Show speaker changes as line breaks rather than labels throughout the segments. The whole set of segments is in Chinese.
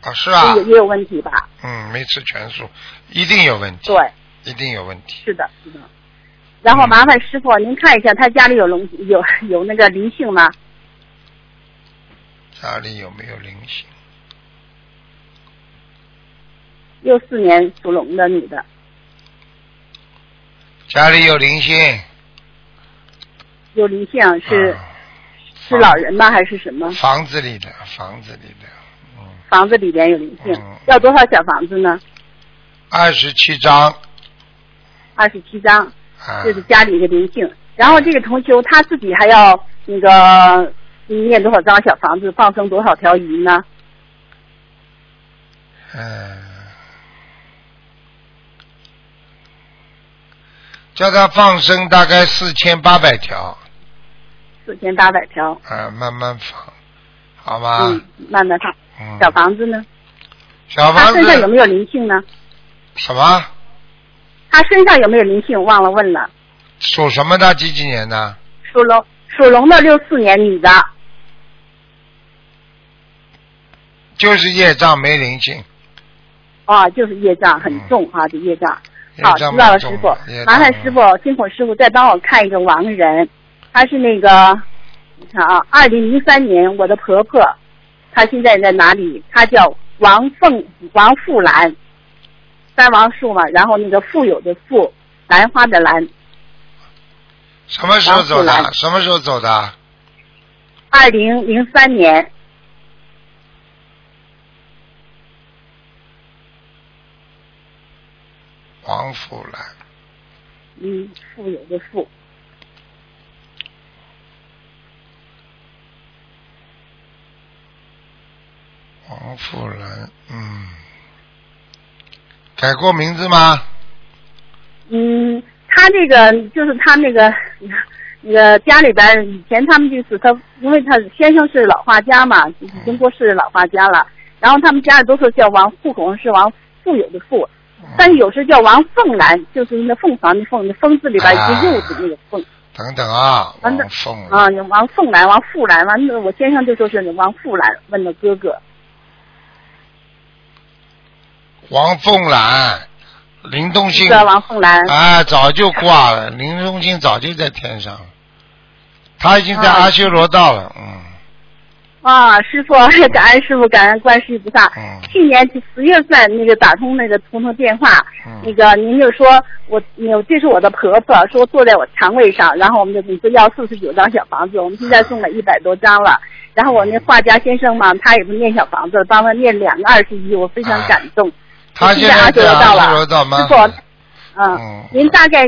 啊，是啊
也，也有问题吧？
嗯，没吃全素，一定有问题，
对，
一定有问题。
是的，是的。然
嗯
后麻烦师傅您看一下他家里有龙有有那个灵性吗？
家里有没有灵性？
六四年属龙的女的
家里有灵性，
有灵性是、
啊
是老人吗还是什么？
房子里的，房子里的，嗯，
房子里边有灵性
嗯，
要多少小房子呢？
二十七张
二十七张，
啊
这，是家里的灵性。然后这个同修他自己还要那个嗯念多少张小房子，放生多少条鱼呢？
嗯，叫他放生大概四千八百条，
四千八百条。
啊，慢慢放，好吗？
嗯，慢慢放。
啊嗯，
小房子呢？
小
他
房
身上有
子
没有灵性呢？
什么
他身上有没有灵性？忘了问了。
属什么的？几几年的？
属龙，属龙的六四年女的，
就是业障没灵性，
啊，就是业障很重啊，这业障。
嗯业
好，知
障
道
蛮
了，师
重
傅
的。业
麻
障
烦师傅，辛苦师傅再帮我看一个亡人，他是那个，你看啊，二零零三年我的婆婆，她现在在哪里？她叫王凤王富兰，三王树嘛，然后那个富有的富，兰花的兰。
什么时候走
王素
的？
兰
什么时候走的？
二零零三年，
王府兰，
嗯，富有的富，
王府兰，嗯，改过名字吗？
嗯，他这个就是他那个 那个家里边儿以前他们就是他，因为他先生是老画家嘛，已经过世老画家了，然后他们家里都说叫王富红，是王富有的富，
嗯
但是有时叫王凤兰，就是那凤凰的凤，那凤字里边一个柚子那个凤
等等啊，
等等
王凤兰，
啊，有王凤兰、王富兰，完了我先生就说是王富兰，问了哥哥，
王凤兰，林动
知
信，
道王凤兰，
啊，早就挂了，林动信早就在天上了，他已经在
啊
阿修罗道了，嗯
啊，师傅， 感恩师傅，感恩观世音菩萨。
嗯
去年十月份那个打通那个彤彤电话，那
嗯，
个您就说我，有这是我的婆婆，说坐在我肠胃上，然后我们就你说要四十九张小房子，我们现在送了一百多张了。然后我那画家先生嘛，他也不念小房子，帮他念两个二十一，我非常感
啊
动。
他现在在
阿修罗道了
阿修罗道吗
师？傅嗯，
嗯
您大概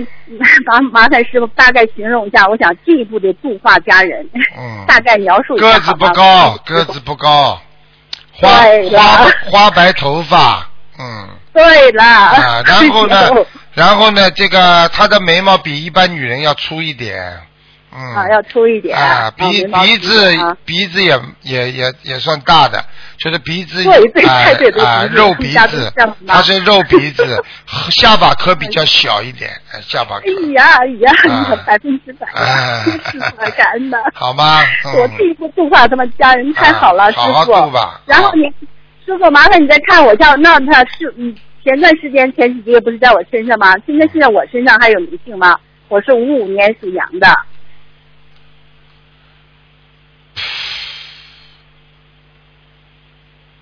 麻麻烦师傅大概形容一下，我想进一步的度化家人，
嗯，
大概描述一下
个
好
子
吗
不高，个子不高，花
对的
花花白头发，嗯。
对了，嗯
啊，然后
师
呢
傅，
然后呢，这个她的眉毛比一般女人要粗一点，嗯，
啊，要粗一点
啊，鼻
眉毛粗
鼻
一
子
点啊
鼻子也也也也算大的，就是鼻子
对对
啊
太对对
啊
鼻子
肉鼻
像
子
像，马
她是肉鼻子，下巴颏比较小一点，哎下巴
哎
颏，
呀哎呀，
啊
你可百分之百
啊
了，师傅感恩的，
好吗？
我
嗯，
进一步度化他们家人，太好了，
啊
师
好好度
傅。
吧。
然后你，师傅，麻烦你再看我像那他是嗯，前段时间前几个月不是在我身上吗？现在现在我身上还有灵性吗？我是五五年属羊的，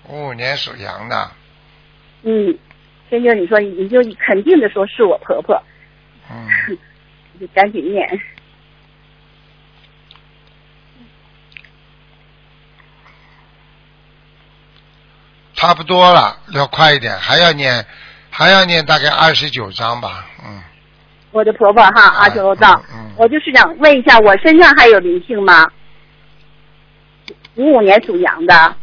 五五年属羊的，
嗯，先生你说你就肯定的说是我婆婆，
嗯，
你就赶紧念。
差不多了，要快一点，还要念，还要念大概二十九章吧，嗯。
我的婆婆哈，阿修罗道。
嗯嗯
我就是想问一下，我身上还有灵性吗？五五年属羊
哦
的，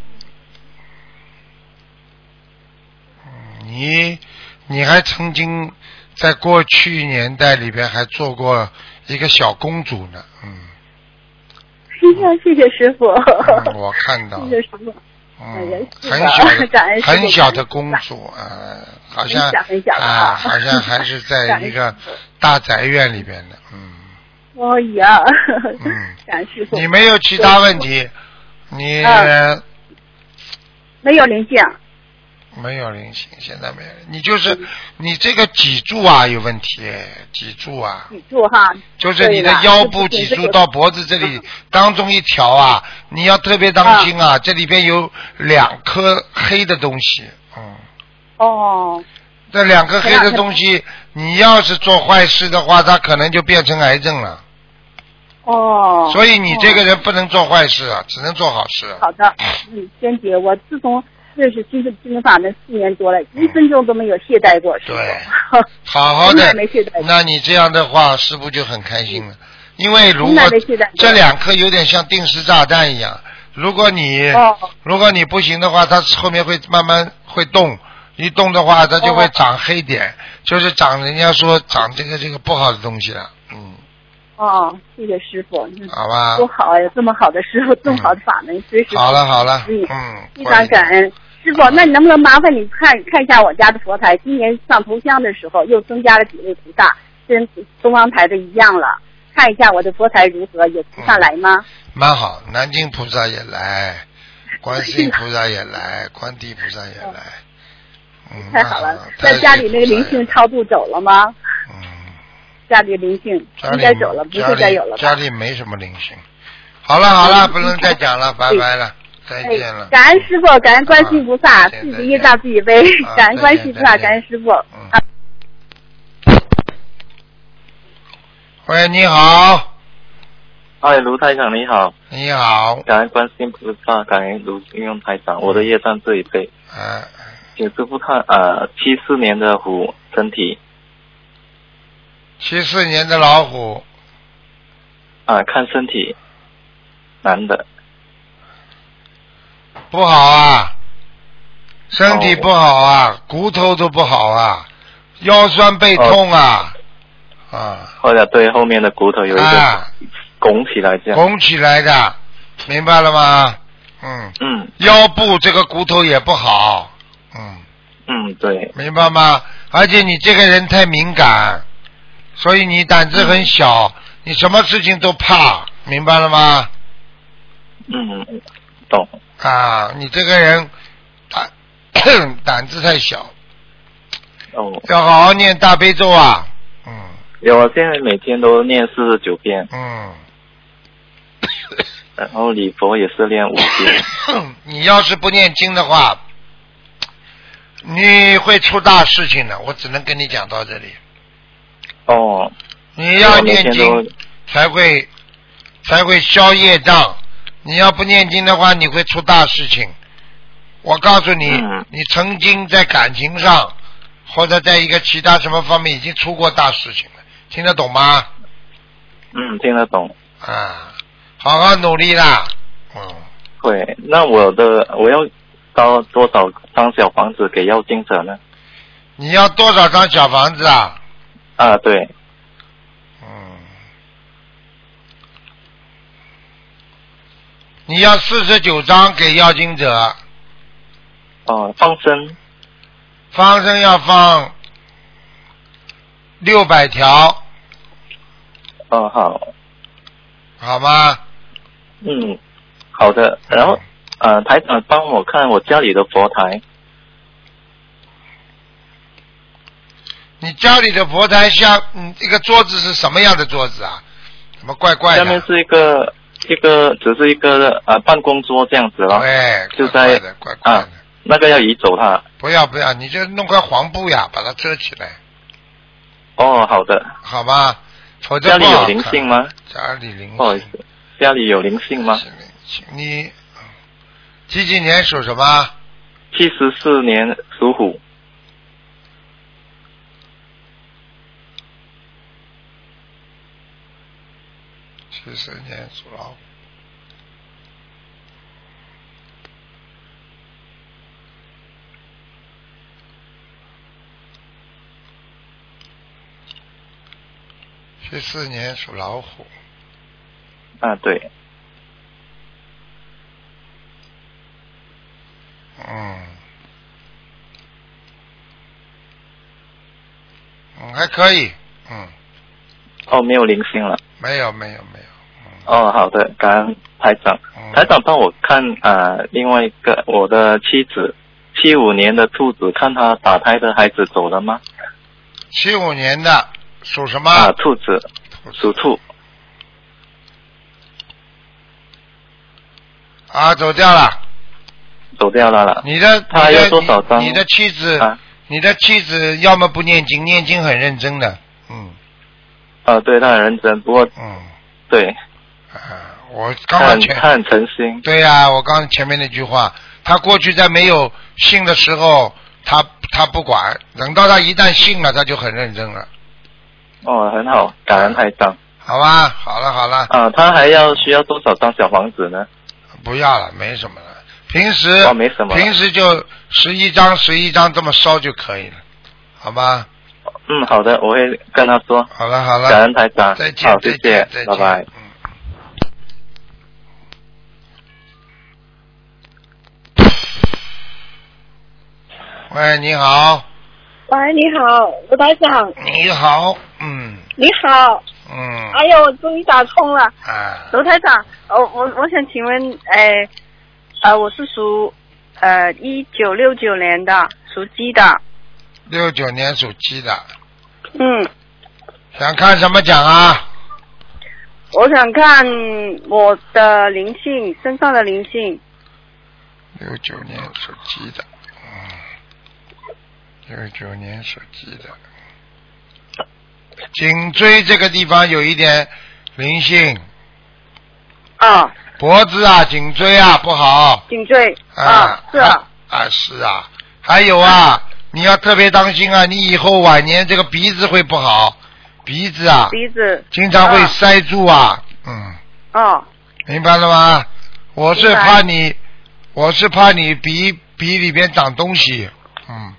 你你还曾经在过去年代里边还做过一个小公主呢， 嗯，
谢谢师傅，
嗯我看到，
谢谢师傅，哎呀
嗯，
是的
很小
感恩
的
师傅
很小的公主啊，好像
很小很小的
啊，
啊
好像还是在
感
一
恩
个大宅院里边的，嗯，
哎呀
嗯，
感恩师傅，
你没有其他问题，你
嗯没有灵性，
没有灵性，现在没有。你就是你这个脊柱啊有问题，脊柱啊，
脊柱哈，
就是你的
对了
腰部、
就
脊
是这个
柱到脖子这 里当中一条啊，你要特别当心啊，这里边有两颗黑的东西，嗯，
哦，
这两颗黑的东西，你要是做坏事的话，它可能就变成癌症了。
哦，
所以你这个
哦
人不能做坏事啊，只能做好事。
好的，嗯，娟姐，我自从认识金金门法门四年多了，
嗯
一分钟都没有懈怠过，师
对
傅。
好好
从
的
来没懈怠，过嗯
那你这样的话，师傅就很开心了。因为如
从
果
来没懈怠过
这两颗有点像定时炸弹一样，如果你、
哦
如果你不行的话，它后面会慢慢会动，一动的话，它就会
哦
长黑点，就是长人家说长这个这个不好的东西了。嗯，
哦，谢谢师傅，嗯
好吧，
多好呀！这么好的师傅，这么好的法
嗯
门，随时
好了好了，
嗯
嗯，
非常感恩。师傅，那你能不能麻烦你看看一下我家的佛台？今年上头香的时候又增加了几位菩萨，跟东方台的一样了。看一下我的佛台如何，有菩萨来吗？
蛮好，南京菩萨也来， 观世音菩萨也来，观地菩萨也来。嗯，
太好了，
那
那家里那个灵性超度走了吗？
嗯，
家里灵性
家
应
里
该走了，不
家
会
里
再有了
家
吧？嗯
里没什么灵性。好了好了，不能再讲了，拜拜了，再
哎
见了，。
感恩师傅，感恩观世音菩萨，
啊再见
自己业障自己 背
啊，
感恩观世音菩萨，
再见再见
感恩师傅。
嗯
啊，
喂，你好，
嗨，哎卢台长你好，
你好，
感恩观世音菩萨，感恩卢应用台
嗯
长，我的业障这一辈，
呃，
请师傅看啊，七、4四年的虎身体
七四年的老虎，
啊、看身体，男的
不好啊，身体不好啊，骨头都不好啊，腰酸背痛啊，啊
后来对后面的骨哦头有一个
啊，
拱起来这样，
拱起来的，明白了吗？嗯，
嗯
腰部这个骨头也不好，嗯，
嗯对，
明白吗？而且你这个人太敏感，所以你胆子很小，你什么事情都怕，明白了吗？
嗯懂，
啊，你这个人胆 胆子太小，
哦，
要好好念大悲咒啊，嗯。
有啊，现在每天都念四十九遍，
嗯，
然后礼佛也是念五 遍，
你要是不念经的话，你会出大事情的。我只能跟你讲到这里。
哦，
你要
我每
念
天都
经才会才会消业障。你要不念经的话，你会出大事情。我告诉你，
嗯
你曾经在感情上或者在一个其他什么方面已经出过大事情了，听得懂吗？
嗯听得懂，
啊，好好努力啦。嗯，
会，那我的我要到多少张小房子给要经者呢？
你要多少张小房子啊？
啊对。
嗯，你要四十九张给要经者，
哦，放生
放生要放六百条，
哦，好，
好吗？
嗯，好的。然后呃，台长帮我看我家里的佛台，
你家里的佛台下，嗯，这个桌子是什么样的桌子啊？怎么怪怪
下
的？
面是一个一个只是一个呃办公桌这样子了，
对，
就
怪哎怪
在
的，怪怪的。
啊那个要移走它。
不要不要，你就弄块黄布呀，把它遮起来，
哦，好的。
好吗？否则
家
不
里有
好
灵
看
性？吗？
家里灵
不好意
性
思。，家里有灵性吗？
行行你几几年属什么？
七十四年属虎，
七十年属老虎。七四年属老虎，
啊，对，
嗯，嗯，还可以，嗯，
哦，没有灵性了。
没有没有没有，嗯
哦，好的，感恩台长。
嗯，
台长帮我看啊、呃另外一个我的妻子七五年的兔子，看他打胎的孩子走了吗？
七五年的属什么？
啊，兔子，属兔
啊，走掉了。
走掉了了。
你的
他
你
要
的
多少张
你？你的妻子、
啊
你的妻子要么不念经，念经很认真的，嗯
啊，对，他很认真，不过
嗯
对，
啊，我刚
他
刚
很
前
他很诚心。
对呀、我刚刚前面那句话，他过去在没有信的时候，他他不管，等到他一旦信了，他就很认真了，
哦，很好，感恩台长。
好吧？好了好了，
啊，他还要需要多少张小房子呢？
不要了，没什么了。平时、
哦，没什么了。
平时就十一张十一张这么烧就可以了，好吧？
嗯，好的，我会跟他说。
好了好了，
感恩台长，
再见
啊好，，谢
再
谢
见，再，
拜
见，
拜。
嗯。嗯喂，你好，
喂，你好，吴台长，
你好，嗯
你好，
嗯
啊
哎呀，我终于打通了，
啊，
卢台长，哦，我我想请问，哎，呃，我是属呃一九六九年的，属鸡的，
六九年属鸡的，
嗯，
想看什么奖啊？
我想看我的灵性身上的灵性，
六九年属鸡的，嗯，六九年属鸡的，颈椎这个地方有一点灵性，
啊，
脖子啊、颈椎啊不好，
颈椎，
啊
啊，，是啊，
啊，啊是啊，还有啊，你要特别当心啊，你以后晚年这个鼻子会不好，鼻子啊，
鼻子，
经常会
啊
塞住啊，嗯，
哦，
明白了吗？我是
明白
怕你，我是怕你鼻鼻里边长东西，嗯，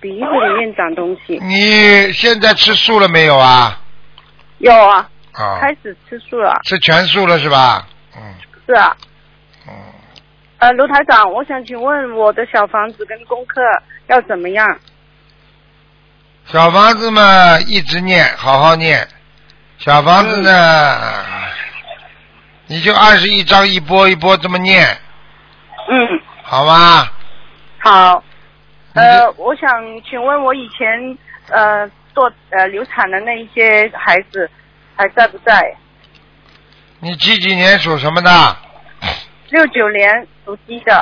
鼻子里面长东西，
你现在吃素了没有啊？
有啊，
啊，
开始吃素了，
吃全素了是吧？嗯
是啊，
嗯，
呃，卢台长，我想请问我的小房子跟功课要怎么样？
小房子嘛，一直念，好好念。小房子呢，
嗯
你就二十一章一波一波这么念，
嗯，
好吗？
好。
你
呃，我想请问，我以前呃做呃流产的那一些孩子还在不在？
你几几年属什么的？
六九年属鸡的，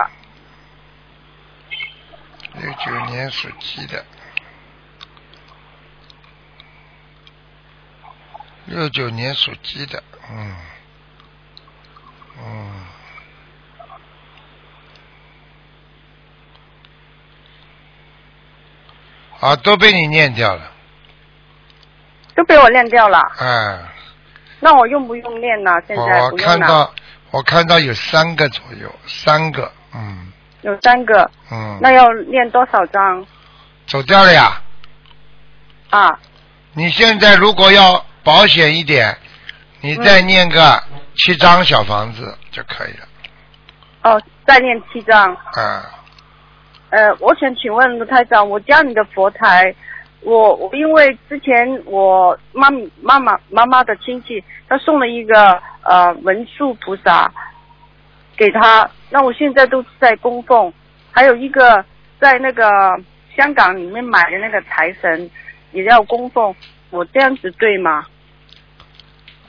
六九年属鸡的。六九年属鸡的，嗯，嗯，啊，都被你念掉了，
都被我念掉了。
哎、
那我用不用念呢？现在
我
不
啊看
用了。
到，我看到有三个左右，三个，嗯
有三个，
嗯，
那要念多少张
走掉了呀。
啊？
你现在如果要保险一点，你再
嗯
念个七张小房子就可以了。
哦，再念七张。
啊、
呃，我想请问卢台长，我家里的佛台，我我因为之前我妈咪妈妈妈妈的亲戚，他送了一个呃文殊菩萨给他，那我现在都是在供奉，还有一个在那个香港里面买的那个财神也要供奉，我这样子对吗？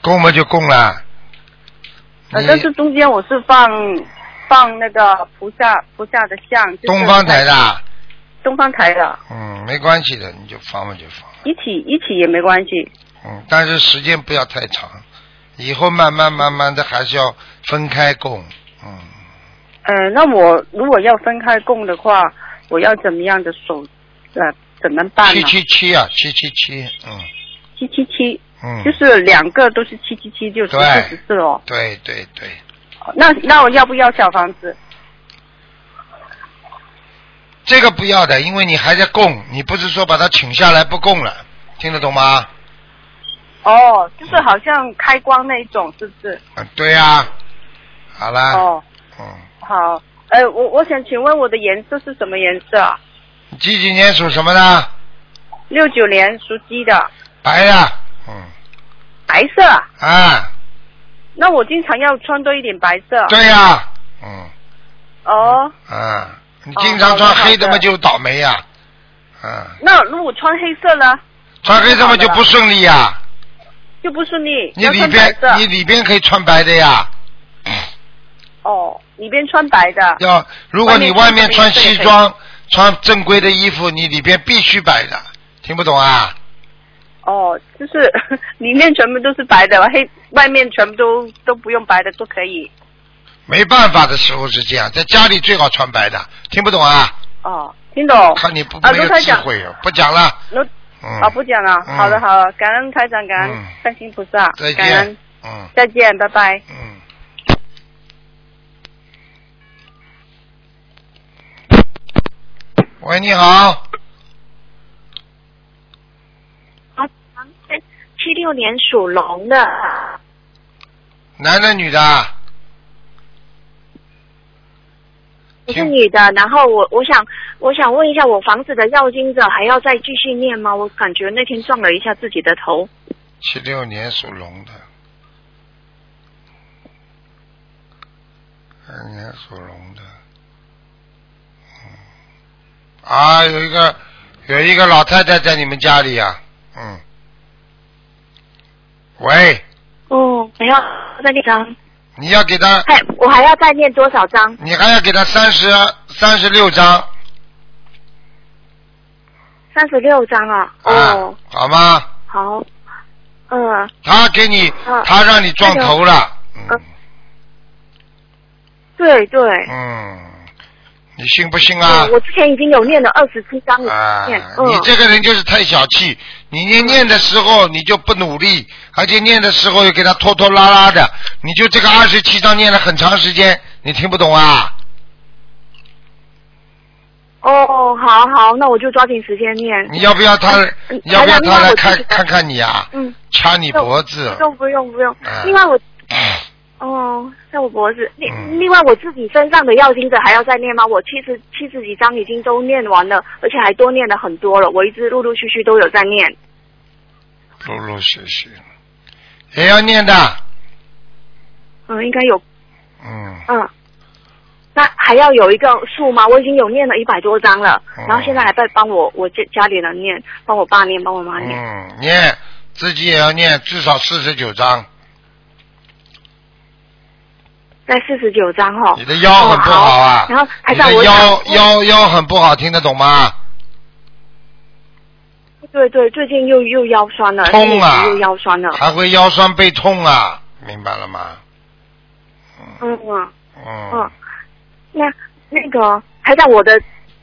供嘛就供了。
呃，
你
但是中间我是放放那个菩萨菩萨的像，就是呃
东方台的，
东方台的，
嗯，没关系的，你就放嘛就放，
一起一起也没关系。
嗯，但是时间不要太长，以后慢慢慢慢的还是要分开供，嗯，
呃，那我如果要分开供的话，我要怎么样的手，呃，怎么办
七
呢？
七七啊，七七七，嗯
七七七，
嗯，
就是两个都是七七七，就是
对
四十四哦。
对对对，
那那我要不要小房子？
这个不要的，因为你还在供，你不是说把它请下来不供了，听得懂吗？
哦，就是好像开光那一种，是不是？
嗯，对呀、好啦，
哦，
嗯，
好。呃，我我想请问我的颜色是什么颜色啊？
你几几年属什么的？
六九年属鸡的，
白的，嗯，
白色啊。
啊，
那哦我经常要穿多一点白色。
对呀、嗯，
哦，
啊，你经常穿黑的嘛就倒霉呀、
哦
嗯，
那如果穿黑色呢，
穿黑的嘛就不顺利呀、
就不顺利。
你
哦要
里
穿白
边
色
你里边可以穿白的呀，
哦，里边穿白的。
要如果你外面穿
外面穿
西
西
装、穿正规的衣服，你里边必须白的，听不懂啊？
哦，就是 里面全部都是白的，黑外面全部都都不用白的都可以。
没办法的时候是这样，在家里最好穿白的，听不懂啊？
哦，听懂。
看你不
啊，
没有
卢台
智
长，
慧哦，不讲了，
卢
嗯，
啊不讲了。
嗯
好的好的，感恩台长，感恩
嗯
观世音菩萨
再，
感
见
恩，
嗯
再见，拜拜。
嗯。喂，你好，
七六年属龙的，
男的女的啊？
我是
听
女的。然后我我想我想问一下，我房子的要经者还要再继续念吗？我感觉那天撞了一下自己的头。
七六年属龙的，二零年属龙的，嗯，啊，有一个有一个老太太在你们家里呀、嗯，喂，
哦，还要再念张，
你要给她，
还我还要再念多少张？
你还要给她三十三十六张
三十六张啊。
啊
哦，，
好吗？
好，嗯
她给你，
嗯
她让你撞头了，嗯
嗯对对。
嗯，你信不信啊？
嗯我之前已经有念了二十七张
啊，
念，
你
嗯，
这个人就是太小气，你念念的时候你就不努力，而且念的时候又给他拖拖拉拉的，你就这个二十七章念了很长时间，你听不懂啊？
哦，好好，那我就抓紧时间念。
你要不要他
嗯？嗯
你要不要他来
还有
看
另外我自己的
看看你啊？
嗯，
掐你脖子
不，用不用不用
啊。
另外我哦，在我脖子。另、
嗯
另外，我自己身上的药经者还要再念吗？我七十七十几张已经都念完了，而且还多念了很多了。我一直陆陆续续都有在念。
陆陆续续，也要念的，
嗯，应该有
嗯，
嗯。那还要有一个数吗？我已经有念了一百多张了，
嗯
然后现在还在帮我我家家里人念，帮我爸念，帮我妈念。
嗯，念自己也要念至少四十九章，
在四十九张哈、哦。
你的腰很不好啊
哦然后还
你
在
的
我想
腰腰腰很不好，听得懂吗？
哦对对，最近又又腰酸了，
痛啊
身体又腰酸了。
还会腰酸背痛啊，明白了吗？
嗯啊
嗯
嗯，那那个还在我的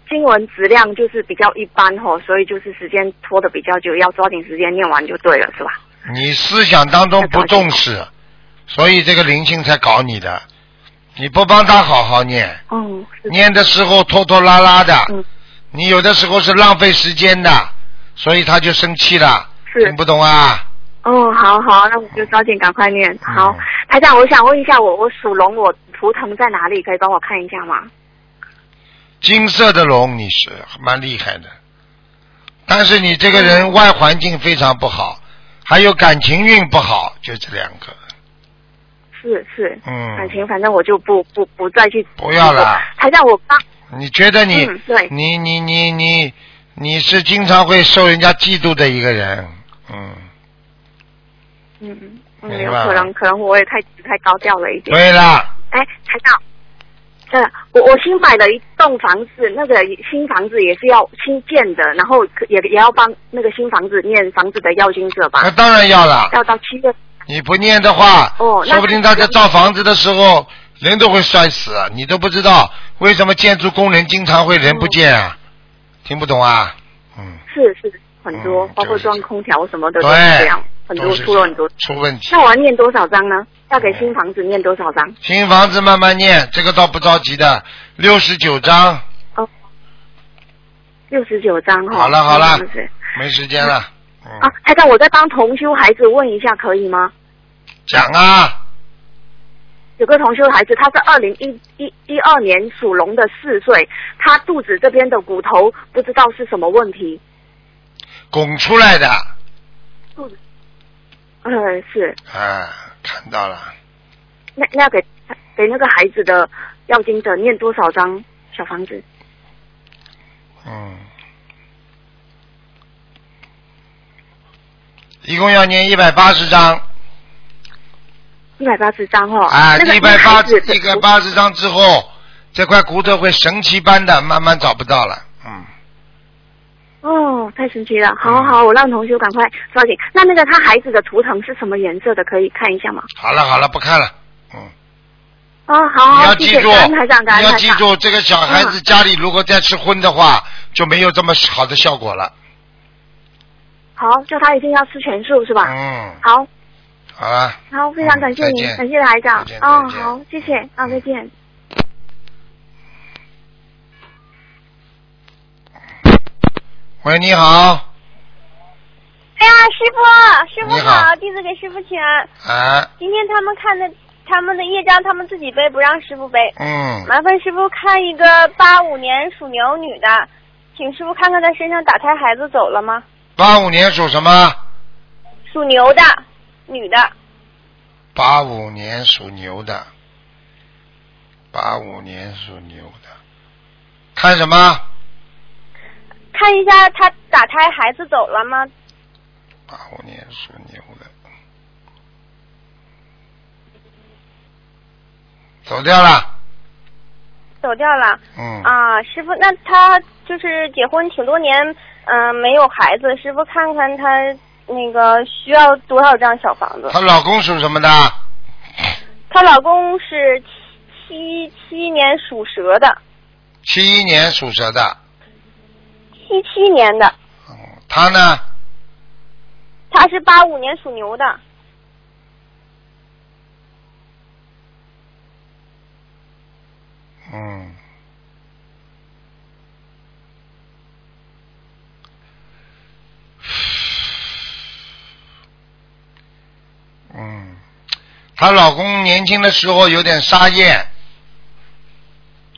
经文质量就是比较一般吼、所以就是时间拖的比较久，要抓紧时间念完就对了，是吧？
你思想当中不重视，所以这个灵性才搞你的。你不帮他好好念，
嗯，是
念的时候拖拖拉拉的，
嗯
你有的时候是浪费时间的，所以他就生气了。
是
听不懂啊？
哦，好好，那我就抓紧赶快念。好
嗯，
台长，我想问一下我，我属龙，我图腾在哪里？可以帮我看一下吗？
金色的龙你是蛮厉害的，但是你这个
嗯
人外环境非常不好，还有感情运不好，就这两个。
是是，
嗯
感情反正我就不不不再去。
不要了。
台长，我刚
你觉得你、
嗯对
你你你你你是经常会受人家嫉妒的一个人，嗯，
嗯
明白
嗯，有可能可能我也太太高调了一点。
对啦，
哎，台长，呃，我我新买了一栋房子，那个新房子也是要新建的，然后可也也要帮那个新房子念房子的要经者吧
那，当然要啦。
要到七月。
你不念的话，
嗯哦那
说不定他在造房子的时候人都会摔死，啊你都不知道为什么建筑工人经常会人不见
嗯
啊？听不懂啊？嗯，
是是很多，
嗯
包括
就是这样
装空调什么的
对
都是这样，很多
都是
出了很多。
出问题
那。我要念多少张呢？要给新房子念多少张？
新房子慢慢念，这个倒不着急的，六十九章，
六十九张哈。
好了好了
这样子
没时间了。嗯，
啊，台长，我再帮同修孩子问一下，可以吗？
讲啊，
有个同修孩子，他是二零一一一二年属龙的四岁，他肚子这边的骨头不知道是什么问题。
拱出来的，
嗯，是
啊，看到了。
那那要给给那个孩子的要经者念多少张小房子？
嗯，一共要念一百八十章，
一百八十张哦。
啊，
那个
一百八
女孩子
一个八十章之后，这块骨头会神奇般的慢慢找不到了。嗯，
哦，太神奇了！好好好，我让同学赶快抓紧。那那个他孩子的图腾是什么颜色的？可以看一下吗？
好了好了，不看了。嗯，
哦，好
你
好，
要
谢
记
谢，
住，
感恩台长，感恩
你要
台
记
长。嗯
住，这个小孩子家里如果再吃荤的话，就没有这么好的效果了。
好，就他一定要吃全素是吧？
嗯，
好，
好了。
好，非常感谢您
嗯再，见
感谢台长
再见。嗯
哦，
再见
好，谢谢，啊，再见。
喂，你好，
哎呀，师傅，师傅
你
好，
好
弟子给师傅请安。
啊，
今天他们看的他们的业障，他们自己背，不让师傅背。
嗯，
麻烦师傅看一个八五年属牛女的，请师傅看看她身上打胎孩子走了吗？
八五年属什么？
属牛的女的，
八五年属牛的，八五年属牛的，看什么？
看一下她打胎孩子走了吗？
八五年属牛的，走掉了。
走掉了。
嗯，
啊，师傅，那她就是结婚挺多年，嗯、没有孩子，师傅看看她那个需要多少张小房子？
她老公属什么的？
她老公是七七七年属蛇的，
七一年属蛇的。
七七年的，
嗯，她呢？
她是八五年属牛的。
嗯，嗯，她老公年轻的时候有点沙燕，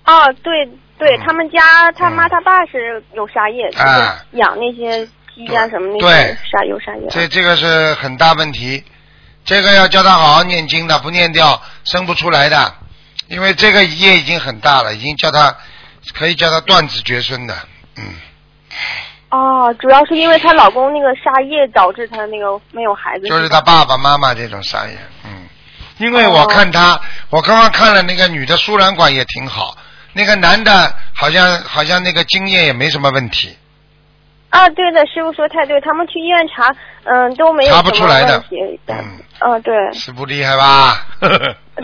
哦，对对，
嗯
他们家他妈
嗯
他爸是有沙业，就
啊
是养那些鸡呀
对
什么那
对
些沙有沙业。
这这个是很大问题，这个要叫她好好念经的，不念掉生不出来的，因为这个业已经很大了，已经叫她可以叫她断子绝孙的，嗯，
哦，主要是因为她老公那个沙业导致她那个没有孩子。
就是
吧
他爸爸妈妈这种商业，嗯，因
哦
为我看他，我刚刚看了那个女的输卵管也挺好，那个男的好像好像那个精液也没什么问题，
啊，对的，师傅说太对，他们去医院查，嗯，都没有
查不
什
出
么
来的
问题。
嗯，
嗯，对。
是不厉害吧？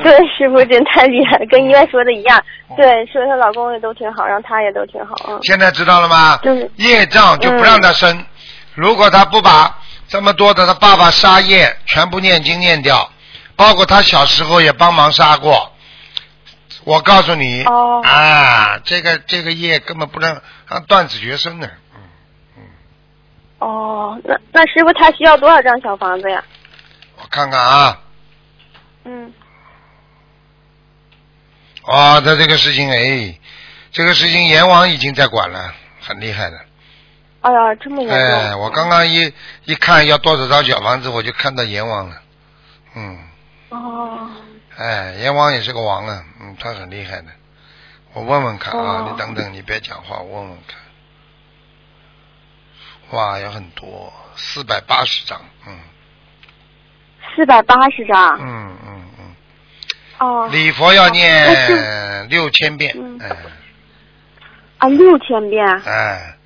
对，师傅真太厉害了，跟医
嗯
院说的一样。
哦
对，说她老公也都挺好，然后她也都挺好啊。
现在知道了吗？
就是嗯
业障就不让他生，如果他不把这么多的他爸爸杀业全部念经念掉，包括他小时候也帮忙杀过。我告诉你、
哦
啊，这个这个业根本不能让断子绝孙的。
哦，那那师傅他需要多少张小房子呀？
我看看啊，
嗯，
哦，他这个事情，哎，这个事情阎王已经在管了，很厉害的。
哎呀，这么严重。
哎，我刚刚一一看要多少张小房子，我就看到阎王了。嗯，
哦，
哎，阎王也是个王啊，嗯，他很厉害的。我问问看啊，
哦
你等等，你别讲话，我问问看。哇，有很多，四百八十张，嗯
四百八十张。
嗯嗯嗯，
哦。
礼佛要
哎就
念六千遍，
嗯
哎。
啊，六千遍。
哎，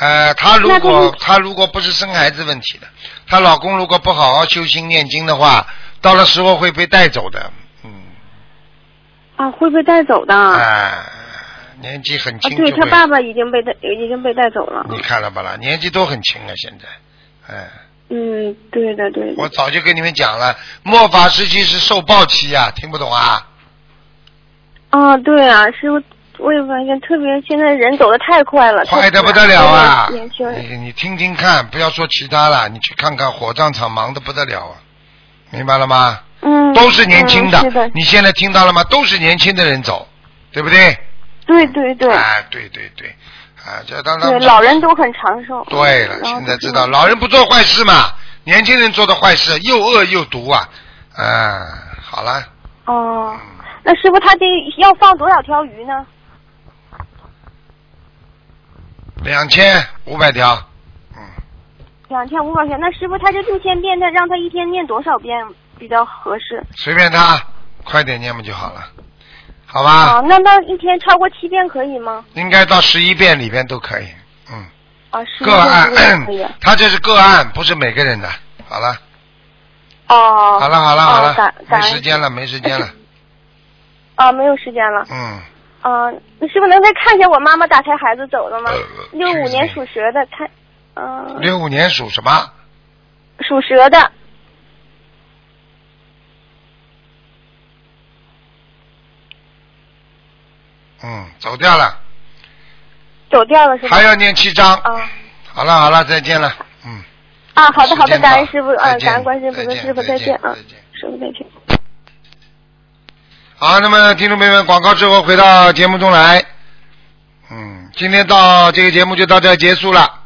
呃，她如
那她
果
如
她如果不是生孩子问题的，她老公如果不好好修心念经的话，到了时候会被带走的。嗯，
啊，会被带走的。
哎、
啊，
年纪很轻
对
就
他
会，
爸爸已经被带已经被带走了。
你看了吧啦？年纪都很轻了，现在。哎，
嗯，对的，对的
我。早就跟你们讲了，末法时期是受报期呀、听不懂啊？
啊，对啊，师傅，我也发现特别现在人走的太快了，
快
太
的
快
不得了啊！
年轻人。
你你听听看，不要说其他了，你去看看火葬场忙的不得了啊，明白了吗？
嗯。
都是年轻的,、
嗯是的，
你现在听到了吗？都是年轻的人走，对不对？
对对对。
啊，对对对，啊，这当
对，
当
老人都很长寿。嗯
对了，
然后
现在
就是
知道老人不做坏事嘛，年轻人做的坏事又恶又毒啊，啊，好了，
哦，
嗯
那师傅他得要放多少条鱼呢？
两千五百条，嗯
两千五百钱，那师傅他这六千遍，他让他一天念多少遍比较合适？
随便他，快点念不就好了？好吧，
啊，那那一天超过七遍可以吗？
应该到十一遍里边都可以。嗯，
啊，十一
个
遍
案
之内可以。，啊
他这是个案，不是每个人的。好了，
哦，
好了，好了，
哦
好了
感，
没
感恩
时间了，没时间了。
啊，没有时间了。
嗯，
啊，那师傅能再看一下我妈妈打胎孩子走了吗
呃？
六五年
是
属蛇的，看，嗯、
六五年属什么？
属蛇的，
嗯，走掉了，
走掉了是吧？
还要念七章。
啊
好了，好了，再见了。嗯，
啊，好的好
时间到
的，感恩师傅，
再
嗯，
见
感恩观世音菩萨，师傅
再
再
见
见啊
再见，
师傅再见。
好，那么听众朋友们，广告之后回到节目中来。嗯，今天到这个节目就到这儿结束了。